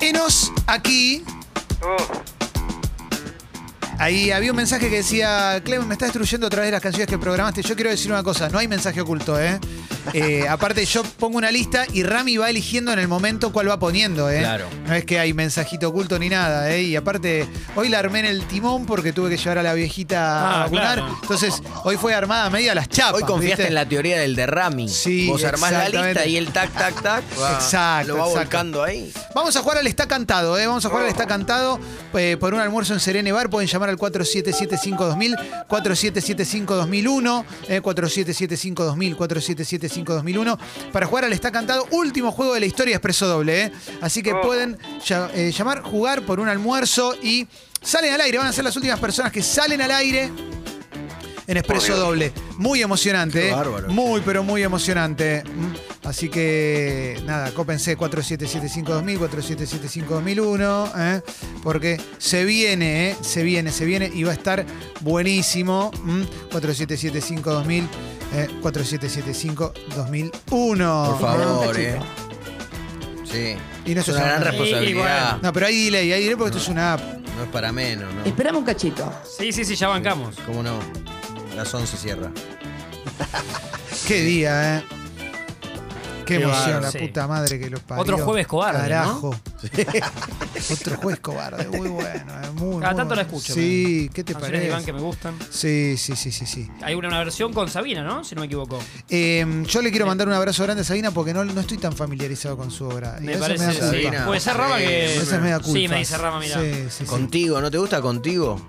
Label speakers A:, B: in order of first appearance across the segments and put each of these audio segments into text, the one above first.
A: Enos aquí. Ahí había un mensaje que decía, Clem, me está destruyendo otra vez las canciones que programaste. Yo quiero decir una cosa, no hay mensaje oculto, ¿eh? Eh, aparte, yo pongo una lista y Rami va eligiendo en el momento cuál va poniendo, ¿eh?
B: Claro.
A: No es que hay mensajito oculto ni nada, ¿eh? Y aparte, hoy la armé en el timón porque tuve que llevar a la viejita a
C: Ah,
A: vacunar.
C: claro.
A: Entonces, hoy fue armada media a las chapas.
B: Hoy confiaste
A: ¿viste?
B: en la teoría del derrami.
A: Sí,
B: Vos armás la
A: exactamente.
B: lista y el tac, tac, tac. va-
A: Exacto,
B: Lo va
A: exacto.
B: volcando ahí.
A: Vamos a jugar al Está Cantado, ¿eh? Vamos a jugar al Está Cantado eh, por un almuerzo en Serene Bar. Pueden llamar al 4775-2000, 4775-2001, eh, 4775-2000, 4775-2001 para jugar al Está Cantado, último juego de la historia de Expreso Doble, ¿eh? Así que pueden ya- eh, llamar, jugar por un almuerzo y salen al aire. Van a ser las últimas personas que salen al aire en Expreso Doble. Muy emocionante,
B: Qué
A: ¿eh?
B: bárbaro.
A: Muy, pero muy emocionante. Mm. Así que, nada, cópense 4775-2000, 4775-2001, ¿eh? porque se viene, ¿eh? se viene, se viene y va a estar buenísimo. Mm. 4775-2000, eh, 4775-2001.
B: Por favor, eh. Sí.
A: Y no
B: es
A: se
B: una gran
A: llama.
B: responsabilidad.
A: No, pero hay delay, hay delay porque esto es una app.
B: No es para menos, ¿no?
D: Esperamos un cachito.
C: Sí, sí, sí, ya bancamos.
B: ¿Cómo no? A las 11 cierra.
A: Qué día, ¿eh? Qué,
C: Qué
A: emoción,
C: bárbaro,
A: la
C: sí.
A: puta madre que lo parió.
C: Otro jueves cobarde,
A: Carajo. Otro jueves cobarde, muy bueno. eh, Muy,
C: Cada
A: muy
C: tanto
A: bueno.
C: la escucho,
A: Sí, ¿qué te
C: Canciones de Iván que
A: parece?
C: me gustan.
A: Sí, sí, sí, sí, sí.
C: Hay una, una versión con Sabina, ¿no? Si no me equivoco.
A: Eh, yo le quiero mandar un abrazo grande a Sabina porque no, no estoy tan familiarizado con su obra. Y
C: Me
A: eso me
C: parece.
A: da
C: sí.
A: culpa.
B: Sabina.
C: Puede ser Rama
B: Sí,
C: que.
B: esa
A: Eso es media culpa.
C: Sí, me dice Rama, mira.
A: Sí, sí, sí.
B: ¿Contigo? ¿No te gusta contigo?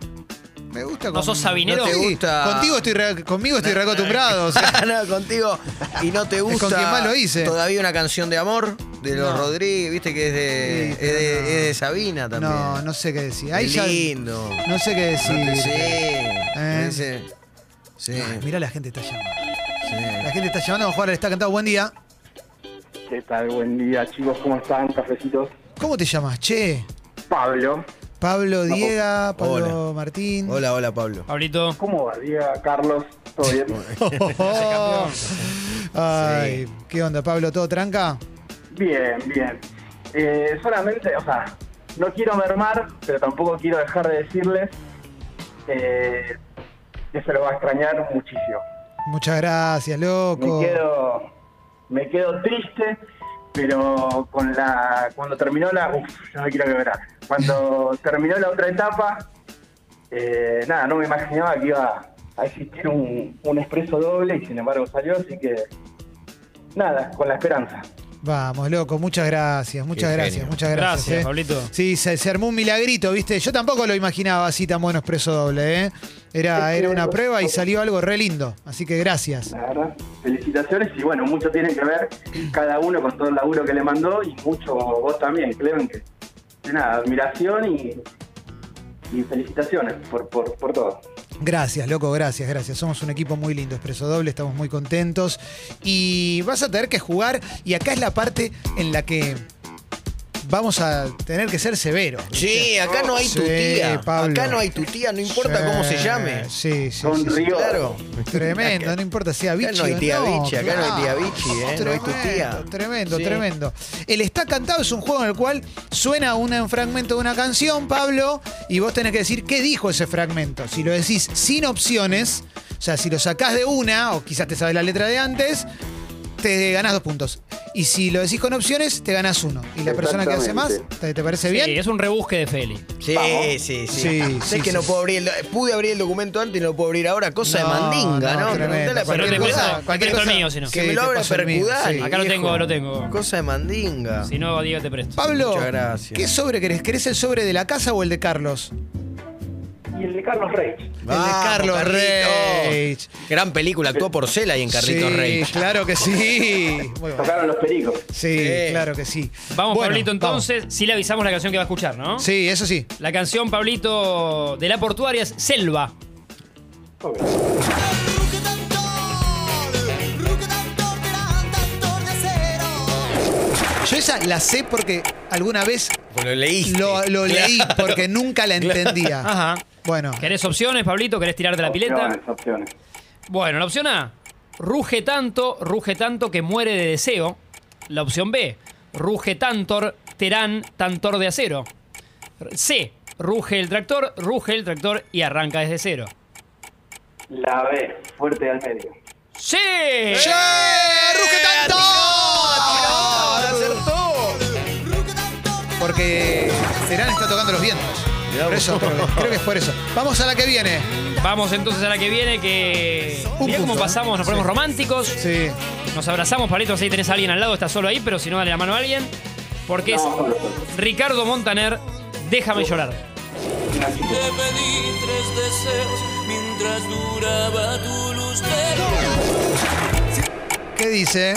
A: Me gusta
C: ¿No sos sabinero?
B: ¿No te
A: Sí,
B: gusta?
A: Contigo estoy re- conmigo estoy reacostumbrado. o sea.
B: no, contigo. Y no te gusta.
A: con quien más lo hice.
B: Todavía una canción de amor de los
C: No.
B: Rodríguez, viste que es de,
A: Sí,
B: es de,
A: no.
B: es de Sabina también.
A: No, no sé qué decir.
B: Qué
A: Ahí ya-
B: lindo.
A: No sé qué
B: Sí,
A: decir.
B: sí.
A: Eh.
B: Ese- sí,
A: Ay, Mirá, la gente está llamando. La
B: sí.
A: gente está llamando, vamos a jugar al Está Cantado. Buen día.
E: ¿Qué tal? Buen día, chicos. ¿Cómo están? Cafecitos.
A: ¿Cómo te llamas, che?
E: Pablo.
A: Pablo Diega, Pablo
B: Hola.
A: Martín.
B: Hola, hola Pablo.
C: Pablito.
E: ¿Cómo va, día, Carlos? ¿Todo bien?
A: Ay, ¿qué onda, Pablo? ¿Todo tranca?
E: Bien, bien. Eh, solamente, o sea, no quiero mermar, pero tampoco quiero dejar de decirles eh, que se los va a extrañar muchísimo.
A: Muchas gracias, loco.
E: Me quedo, me quedo triste, pero con la, cuando terminó la, uf, yo me quiero quebrar. Cuando terminó la otra etapa, eh, nada, no me imaginaba que iba a existir un, un expreso doble y sin embargo salió, así que nada, con la esperanza.
A: Vamos, loco, muchas gracias, muchas
B: Qué
A: gracias,
B: genio.
A: muchas gracias.
C: Gracias,
A: eh.
C: Pablito.
A: Sí, se, se armó un milagrito, ¿viste? Yo tampoco lo imaginaba así tan bueno expreso doble, ¿eh? Era, era una prueba y salió algo re lindo, así que gracias.
E: La verdad, felicitaciones y bueno, mucho tiene que ver cada uno con todo el laburo que le mandó y mucho vos también, Clemen, que que nada, admiración y, y felicitaciones por, por, por todo.
A: Gracias, loco, gracias, gracias. Somos un equipo muy lindo, Expreso Doble, estamos muy contentos. Y vas a tener que jugar, y acá es la parte en la que vamos a tener que ser severos.
B: Sí, acá no hay
A: Sí,
B: tu tía.
A: Pablo.
B: Acá no hay tu tía, no importa
A: Sí,
B: cómo se llame.
A: Sí, sí,
E: Con
A: sí, sí.
E: Río.
B: Claro.
A: Tremendo, no importa si a
B: Acá no hay tía Vichy, acá no hay tía Vichy,
A: bichi,
B: ¿eh? No hay tu tía.
A: Tremendo,
B: Sí.
A: tremendo. El Está Cantado es un juego en el cual suena un fragmento de una canción, Pablo, y vos tenés que decir qué dijo ese fragmento. Si lo decís sin opciones, o sea, si lo sacás de una, o quizás te sabes la letra de antes, te ganás dos puntos. Y si lo decís con opciones, te ganás uno. Y la persona que hace más,
E: Exactamente.
A: ¿te, te parece
C: Sí,
A: bien?
C: es un rebusque de Feli.
B: Sí, sí,
A: Sí,
B: sí, Sé
A: sí,
B: que
A: sí.
B: no puedo abrir el, do- pude abrir el documento antes y no lo puedo abrir ahora. Cosa
A: No,
B: de mandinga,
A: no,
B: ¿no?
A: tremendo.
B: Preguntale a
A: Cualquier
B: Percudá.
A: cosa- cualquier
C: Presto el
A: cosa-
C: mío, si no.
A: Sí,
B: Que me lo
A: te
B: abra
A: paso el mío,
B: Percudá.
A: sí.
C: Acá lo tengo, lo tengo.
B: Cosa de mandinga.
C: Si no, Diego te presto.
A: Pablo,
B: Muchas gracias.
A: ¿qué sobre querés? ¿Querés el sobre de la casa o el de Carlos?
E: Y el de Carlos Reyes.
A: el de
B: Vamos,
A: Carlos
B: Carlitos.
A: Reich.
B: Gran película, actuó Porcela ahí en Carlitos
A: sí,
B: Rey.
A: Claro que sí. Muy bueno.
E: Tocaron los pericos.
A: Sí,
B: Sí.
A: claro que sí.
C: Vamos,
A: Bueno,
C: Pablito,
A: vamos.
C: entonces. Sí le avisamos la canción que va a escuchar, ¿no?
A: Sí, eso sí.
C: La canción, Pablito, de la portuaria es Selva.
A: Yo esa la sé porque alguna vez
B: Pues Lo leíste.
A: lo, lo
B: Claro.
A: leí porque nunca la entendía.
C: Ajá.
A: Bueno, ¡Eh!
C: ¿Querés opciones, Pablito? ¿Querés tirar de la pileta?
E: Opciones, opciones.
C: Bueno, la opción A. Ruge tanto, ruge tanto que muere de deseo. La opción B. Ruge tantor, Terán, Tantor de acero. C. Ruge el tractor, ruge el tractor y arranca desde cero.
E: La B, fuerte al medio.
C: ¡Sí!
A: ¡Che! ¡Ruge tanto! Porque Terán está tocando los vientos. Por eso, creo que- creo que es por eso. Vamos a la que viene.
C: Vamos entonces a la que viene, que.
A: Un
C: Mirá cómo
A: punto, ¿eh?
C: pasamos, nos ponemos
A: Sí.
C: románticos.
A: Sí.
C: Nos abrazamos, Pablito, si tenés a alguien al lado, está solo ahí, pero si no, dale la mano a alguien. Porque es
E: No, no, no.
C: Ricardo Montaner, déjame
A: Uh.
C: llorar.
E: Una chica.
D: Te pedí tres deseos mientras duraba tu luz de
A: ¿Qué dice?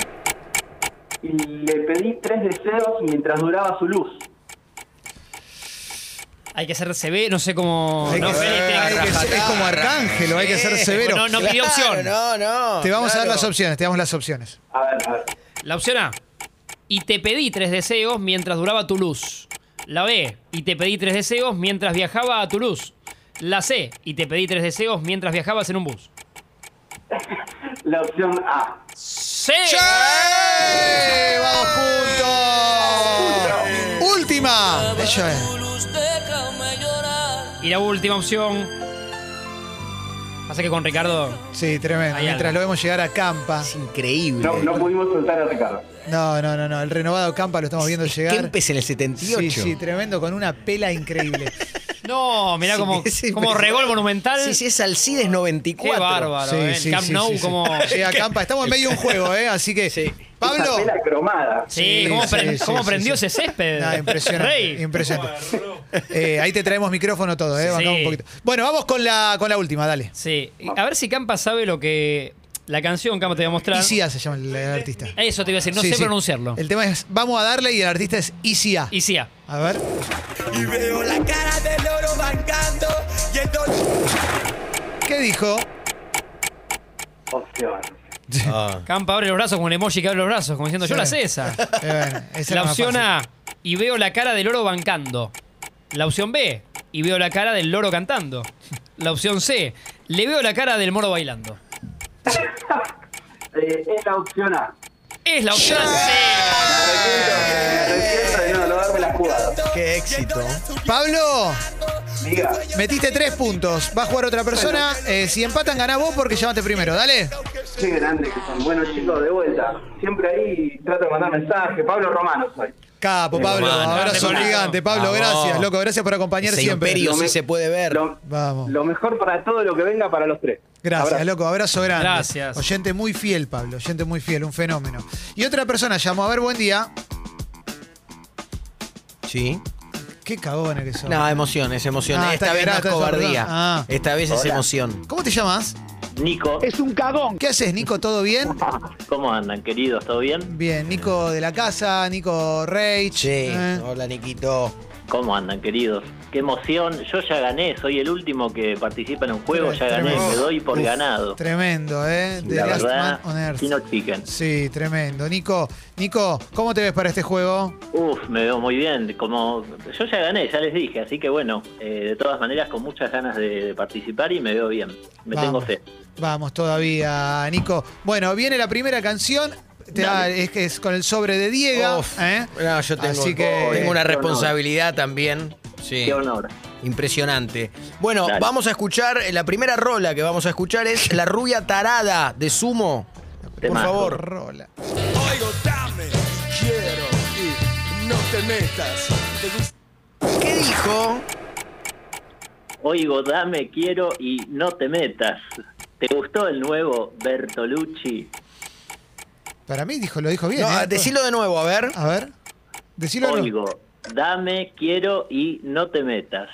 E: Y le pedí tres deseos mientras duraba su luz.
C: Hay que ser severo, no sé cómo.
A: Hay
C: no,
A: que
C: Félix
A: ser-
C: tiene que
A: hay que
C: rajar.
A: ser- es como Arcángelo, hay que ser severo.
C: No, no pidió opción.
B: No, no.
A: Te vamos a dar
B: claro.
A: las opciones, te damos las opciones.
E: A ver, a ver.
C: La opción A. Y te pedí tres deseos mientras duraba tu luz. La B. Y te pedí tres deseos mientras viajaba a tu luz. La C. Y te pedí tres deseos mientras viajabas en un bus.
E: La opción A.
C: ¡Sí!
A: ¡Sí! ¡Vamos ¡Eh! juntos! ¡Última! Eso es.
D: tu luz, déjame llorar.
C: Y la última opción. Pasa que con Ricardo.
A: Sí, tremendo.
C: Hay
A: Mientras
C: algo.
A: lo vemos llegar a Campa.
B: Es increíble.
E: No, no pudimos soltar a Ricardo.
A: No, no, no, no. El renovado Campa lo estamos viendo llegar.
B: Kempes en el 78.
A: Sí, sí, tremendo, con una pela increíble.
C: No, mirá
B: Sí,
C: cómo,
B: sí,
C: cómo
B: pero-
C: regó el monumental.
B: Sí, sí, es Alcides 94.
C: Qué bárbaro. ¿eh?
A: Sí,
C: El
A: sí,
C: Camp
A: sí,
C: Nou
A: sí, sí.
C: como.
A: Llega Campa. Estamos en medio de un juego, ¿eh? Así que.
B: Sí.
A: Pablo.
E: Esa tela cromada.
C: Sí,
A: Sí,
C: cómo,
A: sí,
C: pre-
A: sí,
C: cómo
A: sí,
C: prendió
A: sí.
C: ese césped.
A: Nah, impresionante.
C: Rey.
A: Impresionante. Eh, ahí te traemos micrófono todo, ¿eh?
C: Sí.
A: Bancamos un poquito. Bueno, vamos con la, con la última, dale.
C: Sí. A ver si Campa sabe lo que. La canción, Campa, te voy a mostrar.
A: ICA se llama el, el artista.
C: Eso te iba a decir, no
A: Sí,
C: sé
A: sí.
C: pronunciarlo.
A: El tema es, vamos a darle y el artista es ICA.
C: Y sí, ah.
A: A ver.
D: Y veo la cara del oro bancando y entonces
A: ¿Qué dijo? Eh,
E: Opción.
B: Ah.
C: Campa abre los brazos con el emoji que abre los brazos, como diciendo, yo
A: Sí.
C: la sé esa.
A: Eh, bueno, esa
C: la
A: era más
C: opción
A: fácil.
C: A, y veo la cara del oro bancando. La opción B, y veo la cara del loro cantando. La opción C, le veo la cara del moro bailando.
E: Eh, es la opción A.
C: Es la opción C.
E: Me arrepiento de no, no darme las jugadas.
B: Qué éxito.
A: Pablo,
E: Diga.
A: metiste tres puntos. Va a jugar otra persona. Eh, si empatan, ganás vos porque llamaste primero. Dale.
E: Qué grande que son. Bueno, chicos, de vuelta. Siempre ahí trato de mandar mensajes. Pablo Romano soy.
A: Capo, Pablo.
B: Romano,
A: abrazo
C: Romano.
A: gigante. Pablo,
B: Vamos.
A: gracias. Loco, gracias por acompañar
B: Ese
A: siempre.
B: imperio sí
E: me-
B: se puede ver.
E: Lo,
A: Vamos.
E: lo mejor para todo lo que venga para los tres.
A: Gracias,
E: Abrazo.
A: loco. Abrazo grande.
C: Gracias.
A: Oyente muy fiel, Pablo. Oyente muy fiel. Un fenómeno. Y otra persona llamó. A ver, buen día.
B: Sí.
A: Qué cagona que sos.
B: No, emoción, es emoción.
A: Ah,
B: Esta
A: está
B: vez no es
A: gratis,
B: cobardía.
A: ah.
B: Esta vez es
F: Hola.
B: emoción.
A: ¿Cómo te llamas?
F: Nico,
A: ¿Qué haces, Nico? ¿Todo bien?
F: ¿cómo andan, queridos? ¿Todo bien?
A: Bien, Nico de la casa, Nico Rage.
B: Sí.
A: eh.
B: Hola, Niquito.
F: ¿Cómo andan, queridos? Qué emoción. Yo ya gané, soy el último que participa en un juego, ya gané,
A: Tremendo.
F: me doy por
A: Uf,
F: ganado.
A: Tremendo, ¿eh? The
F: La
A: Last
F: verdad,
A: Man on Earth.
F: Kino Chicken.
A: Sí, tremendo. Nico, Nico, ¿cómo te ves para este juego?
F: Uf, me veo muy bien. Como yo ya gané, ya les dije, así que bueno, eh, de todas maneras con muchas ganas de, de participar y me veo bien. Me tengo
A: Vamos.
F: fe.
A: Vamos todavía, Nico. Bueno, viene la primera canción. Te da- es que es con el sobre de Diego.
B: Uf.
A: ¿eh?
B: No, yo tengo,
A: Así que-
B: tengo una
F: Qué honor.
B: responsabilidad también. Sí.
F: Qué honor.
B: Impresionante. Bueno,
F: Dale.
B: vamos a escuchar, eh, la primera rola que vamos a escuchar es La rubia tarada de Sumo. Por
F: Temazo.
B: favor.
A: Rola.
B: ¿Qué dijo?
F: Oigo, dame, quiero y no te metas. ¿Te gustó el nuevo Bertolucci?
A: Para mí dijo, lo dijo bien.
B: No,
A: ¿eh?
B: decilo de nuevo, a ver.
A: A ver. Decilo. de nuevo.
F: Oigo, dame, quiero y no te metas.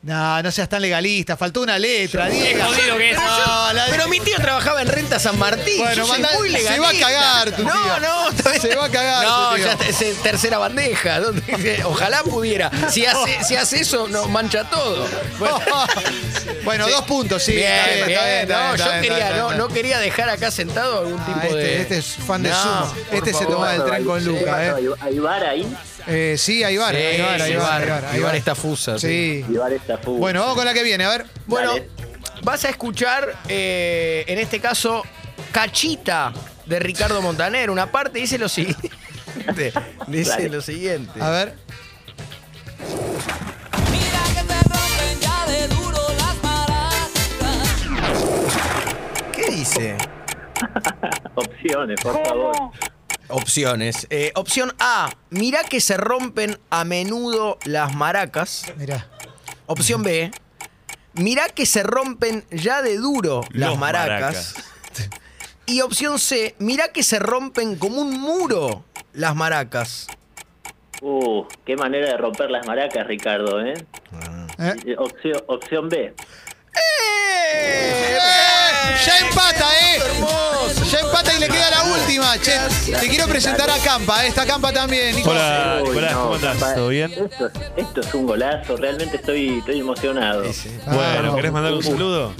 A: No, no seas tan legalista. Faltó una letra, Diego.
C: jodido que es.
A: No, la-
B: Pero mi tío trabajaba en Renta San Martín.
A: Bueno,
B: yo soy
A: mandá-
B: muy
A: se
B: legalista.
A: va a cagar tu tío.
B: No, no, todavía-
A: Se va a cagar
B: No,
A: tu tío.
B: ya te- es tercera bandeja. ¿dónde- Ojalá pudiera. Si hace, si hace eso, no, mancha todo. Bueno.
A: bueno, dos puntos, sí.
B: Bien,
A: está bien, está
B: bien,
A: bien, está
B: no,
A: bien,
B: yo
A: está bien,
B: quería,
A: está bien,
B: no,
A: está
B: no
A: bien.
B: quería dejar acá sentado algún
A: Ah,
B: tipo
A: este,
B: de.
A: este es fan de
B: No,
A: Sumo.
B: por
A: Este se
B: favor.
A: toma el tren con Luca, ¿eh?
F: Aybar ahí,
A: Eh, sí, ahí va,
B: Sí,
A: ahí va, ahí va,
B: Ibar,
A: ahí va.
B: Ibar está fusa,
A: Sí.
F: Aybar está full.
A: Bueno, vamos con la que viene, a ver.
B: Bueno,
F: Dale.
B: vas a escuchar, eh, en este caso, Cachita de Ricardo Montaner. Una parte dice lo siguiente. siguiente. Dice
F: Dale.
B: lo siguiente.
A: A ver.
D: Mira que se rompen ya de duro las maracas.
B: ¿Qué dice?
F: Opciones, por favor.
B: Opciones. Eh, opción A. Mirá que se rompen a menudo las maracas.
A: Mirá.
B: Opción B. Mirá que se rompen ya de duro las
G: Los
B: maracas. Y opción C. Mirá que se rompen como un muro las maracas.
F: Uh, qué manera de romper las maracas, Ricardo, ¿eh?
A: Eh.
F: Eh, Opción, opción B.
B: ¡Eh!
A: Ya empata, eh. Ya empata y le queda la última, che. Te quiero presentar a Campa, eh. está Campa también. Nico.
G: Hola,
F: Uy,
G: Nicolás,
F: no,
G: ¿cómo andás?
F: papá,
G: ¿Todo bien?
F: Esto, esto es un golazo, realmente estoy, estoy emocionado.
A: Ah,
G: Bueno,
A: no.
G: ¿querés mandar un saludo?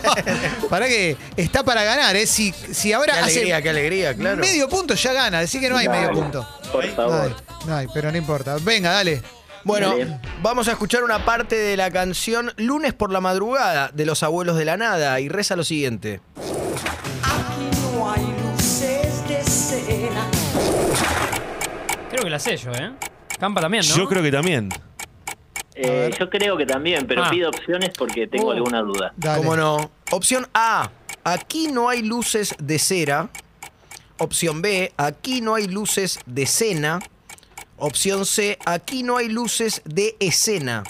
A: Para que está para ganar, eh. Si, si
B: Qué
A: ahora
B: alegría,
A: hace
B: qué alegría, claro.
A: medio punto ya gana, así que no hay medio
F: Dale,
A: punto.
F: Por
A: No
F: favor.
A: hay, no hay, pero no importa. Venga, dale.
B: Bueno,
F: Dale.
B: vamos a escuchar una parte de la canción Lunes por la madrugada de Los Abuelos de la Nada y reza lo siguiente.
H: Aquí no hay luces de cera.
C: Creo que la sé yo, ¿eh? Campa también, ¿no?
G: Yo creo que también.
F: Eh, yo creo que también, pero
C: Ah.
F: pido opciones porque tengo
C: Uh.
F: alguna duda.
A: Dale.
B: ¿Cómo no? Opción A, aquí no hay luces de cera. Opción B, aquí no hay luces de cena. Opción C, aquí no hay luces de escena.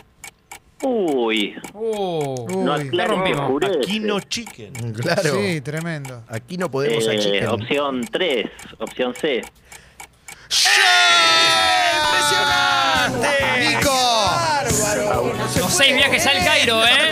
F: Uy,
C: Uh,
F: no
A: Uy.
F: aclaro que
C: Rompimos.
F: juré.
G: Aquí no chicken.
A: Mm,
B: Claro.
A: Sí, tremendo.
B: Aquí no podemos
F: Eh,
B: achicar.
F: opción 3, opción C.
A: Nico.
C: Los seis viajes al Cairo, ¿eh?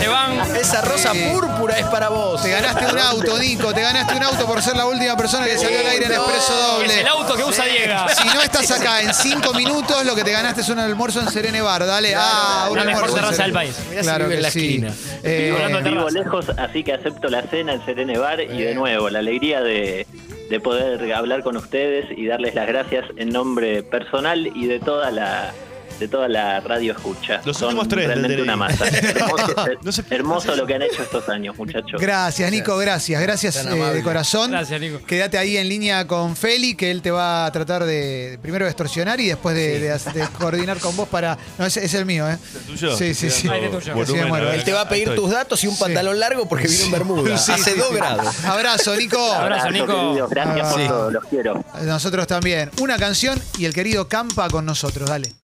C: Se van.
B: Esa rosa
A: Sí.
B: púrpura es para vos.
A: Te ganaste un auto, Nico. Te ganaste un auto por ser la última persona que salió al aire en Expreso
C: Es
A: Doble.
C: el auto que usa Diego.
A: Si no estás acá en cinco minutos, lo que te ganaste es un almuerzo en Serene Bar. Dale, ah, un
C: La mejor
A: almuerzo. en
C: terraza del
A: Serene.
C: país.
B: Mirá si
A: Claro
B: vive en
A: que
B: la
A: sí.
B: esquina.
A: Eh,
C: Vivo hablando de
F: Vivo
C: terraza.
F: lejos, así que acepto la cena en Serene Bar y
G: Eh.
F: de nuevo la alegría de, de poder hablar con ustedes y darles las gracias en nombre personal y de toda la de toda la radio escucha.
G: Los
F: Son
G: últimos tres del
F: realmente
G: DNI.
F: una masa. Hermoso,
G: No se-
F: hermoso lo que han hecho estos años, muchachos.
A: Gracias, Nico, gracias. Gracias
B: Tan
A: eh,
B: amable.
A: de corazón.
C: Gracias, Nico.
A: Quédate ahí en línea con Feli, que él te va a tratar de primero de extorsionar y después de, de- de coordinar con vos para. No, ese es el mío, ¿eh?
G: ¿El tuyo?
A: Sí, sí, sí.
G: Estoy
C: Ay, de
G: dando
C: tuyo.
G: volumen,
A: Sí, me muero.
G: a ver,
B: Él te va a
G: acá
B: pedir
G: estoy.
B: tus datos y un pantalón largo porque vive en Bermuda. Hace dos grados.
A: Abrazo, Nico.
C: Abrazo,
F: Abrazo,
C: Nico. Ah,
F: queridos. Gracias por
A: Sí.
F: todo, los quiero.
A: Nosotros también. Una canción y el querido Campa con nosotros. Dale.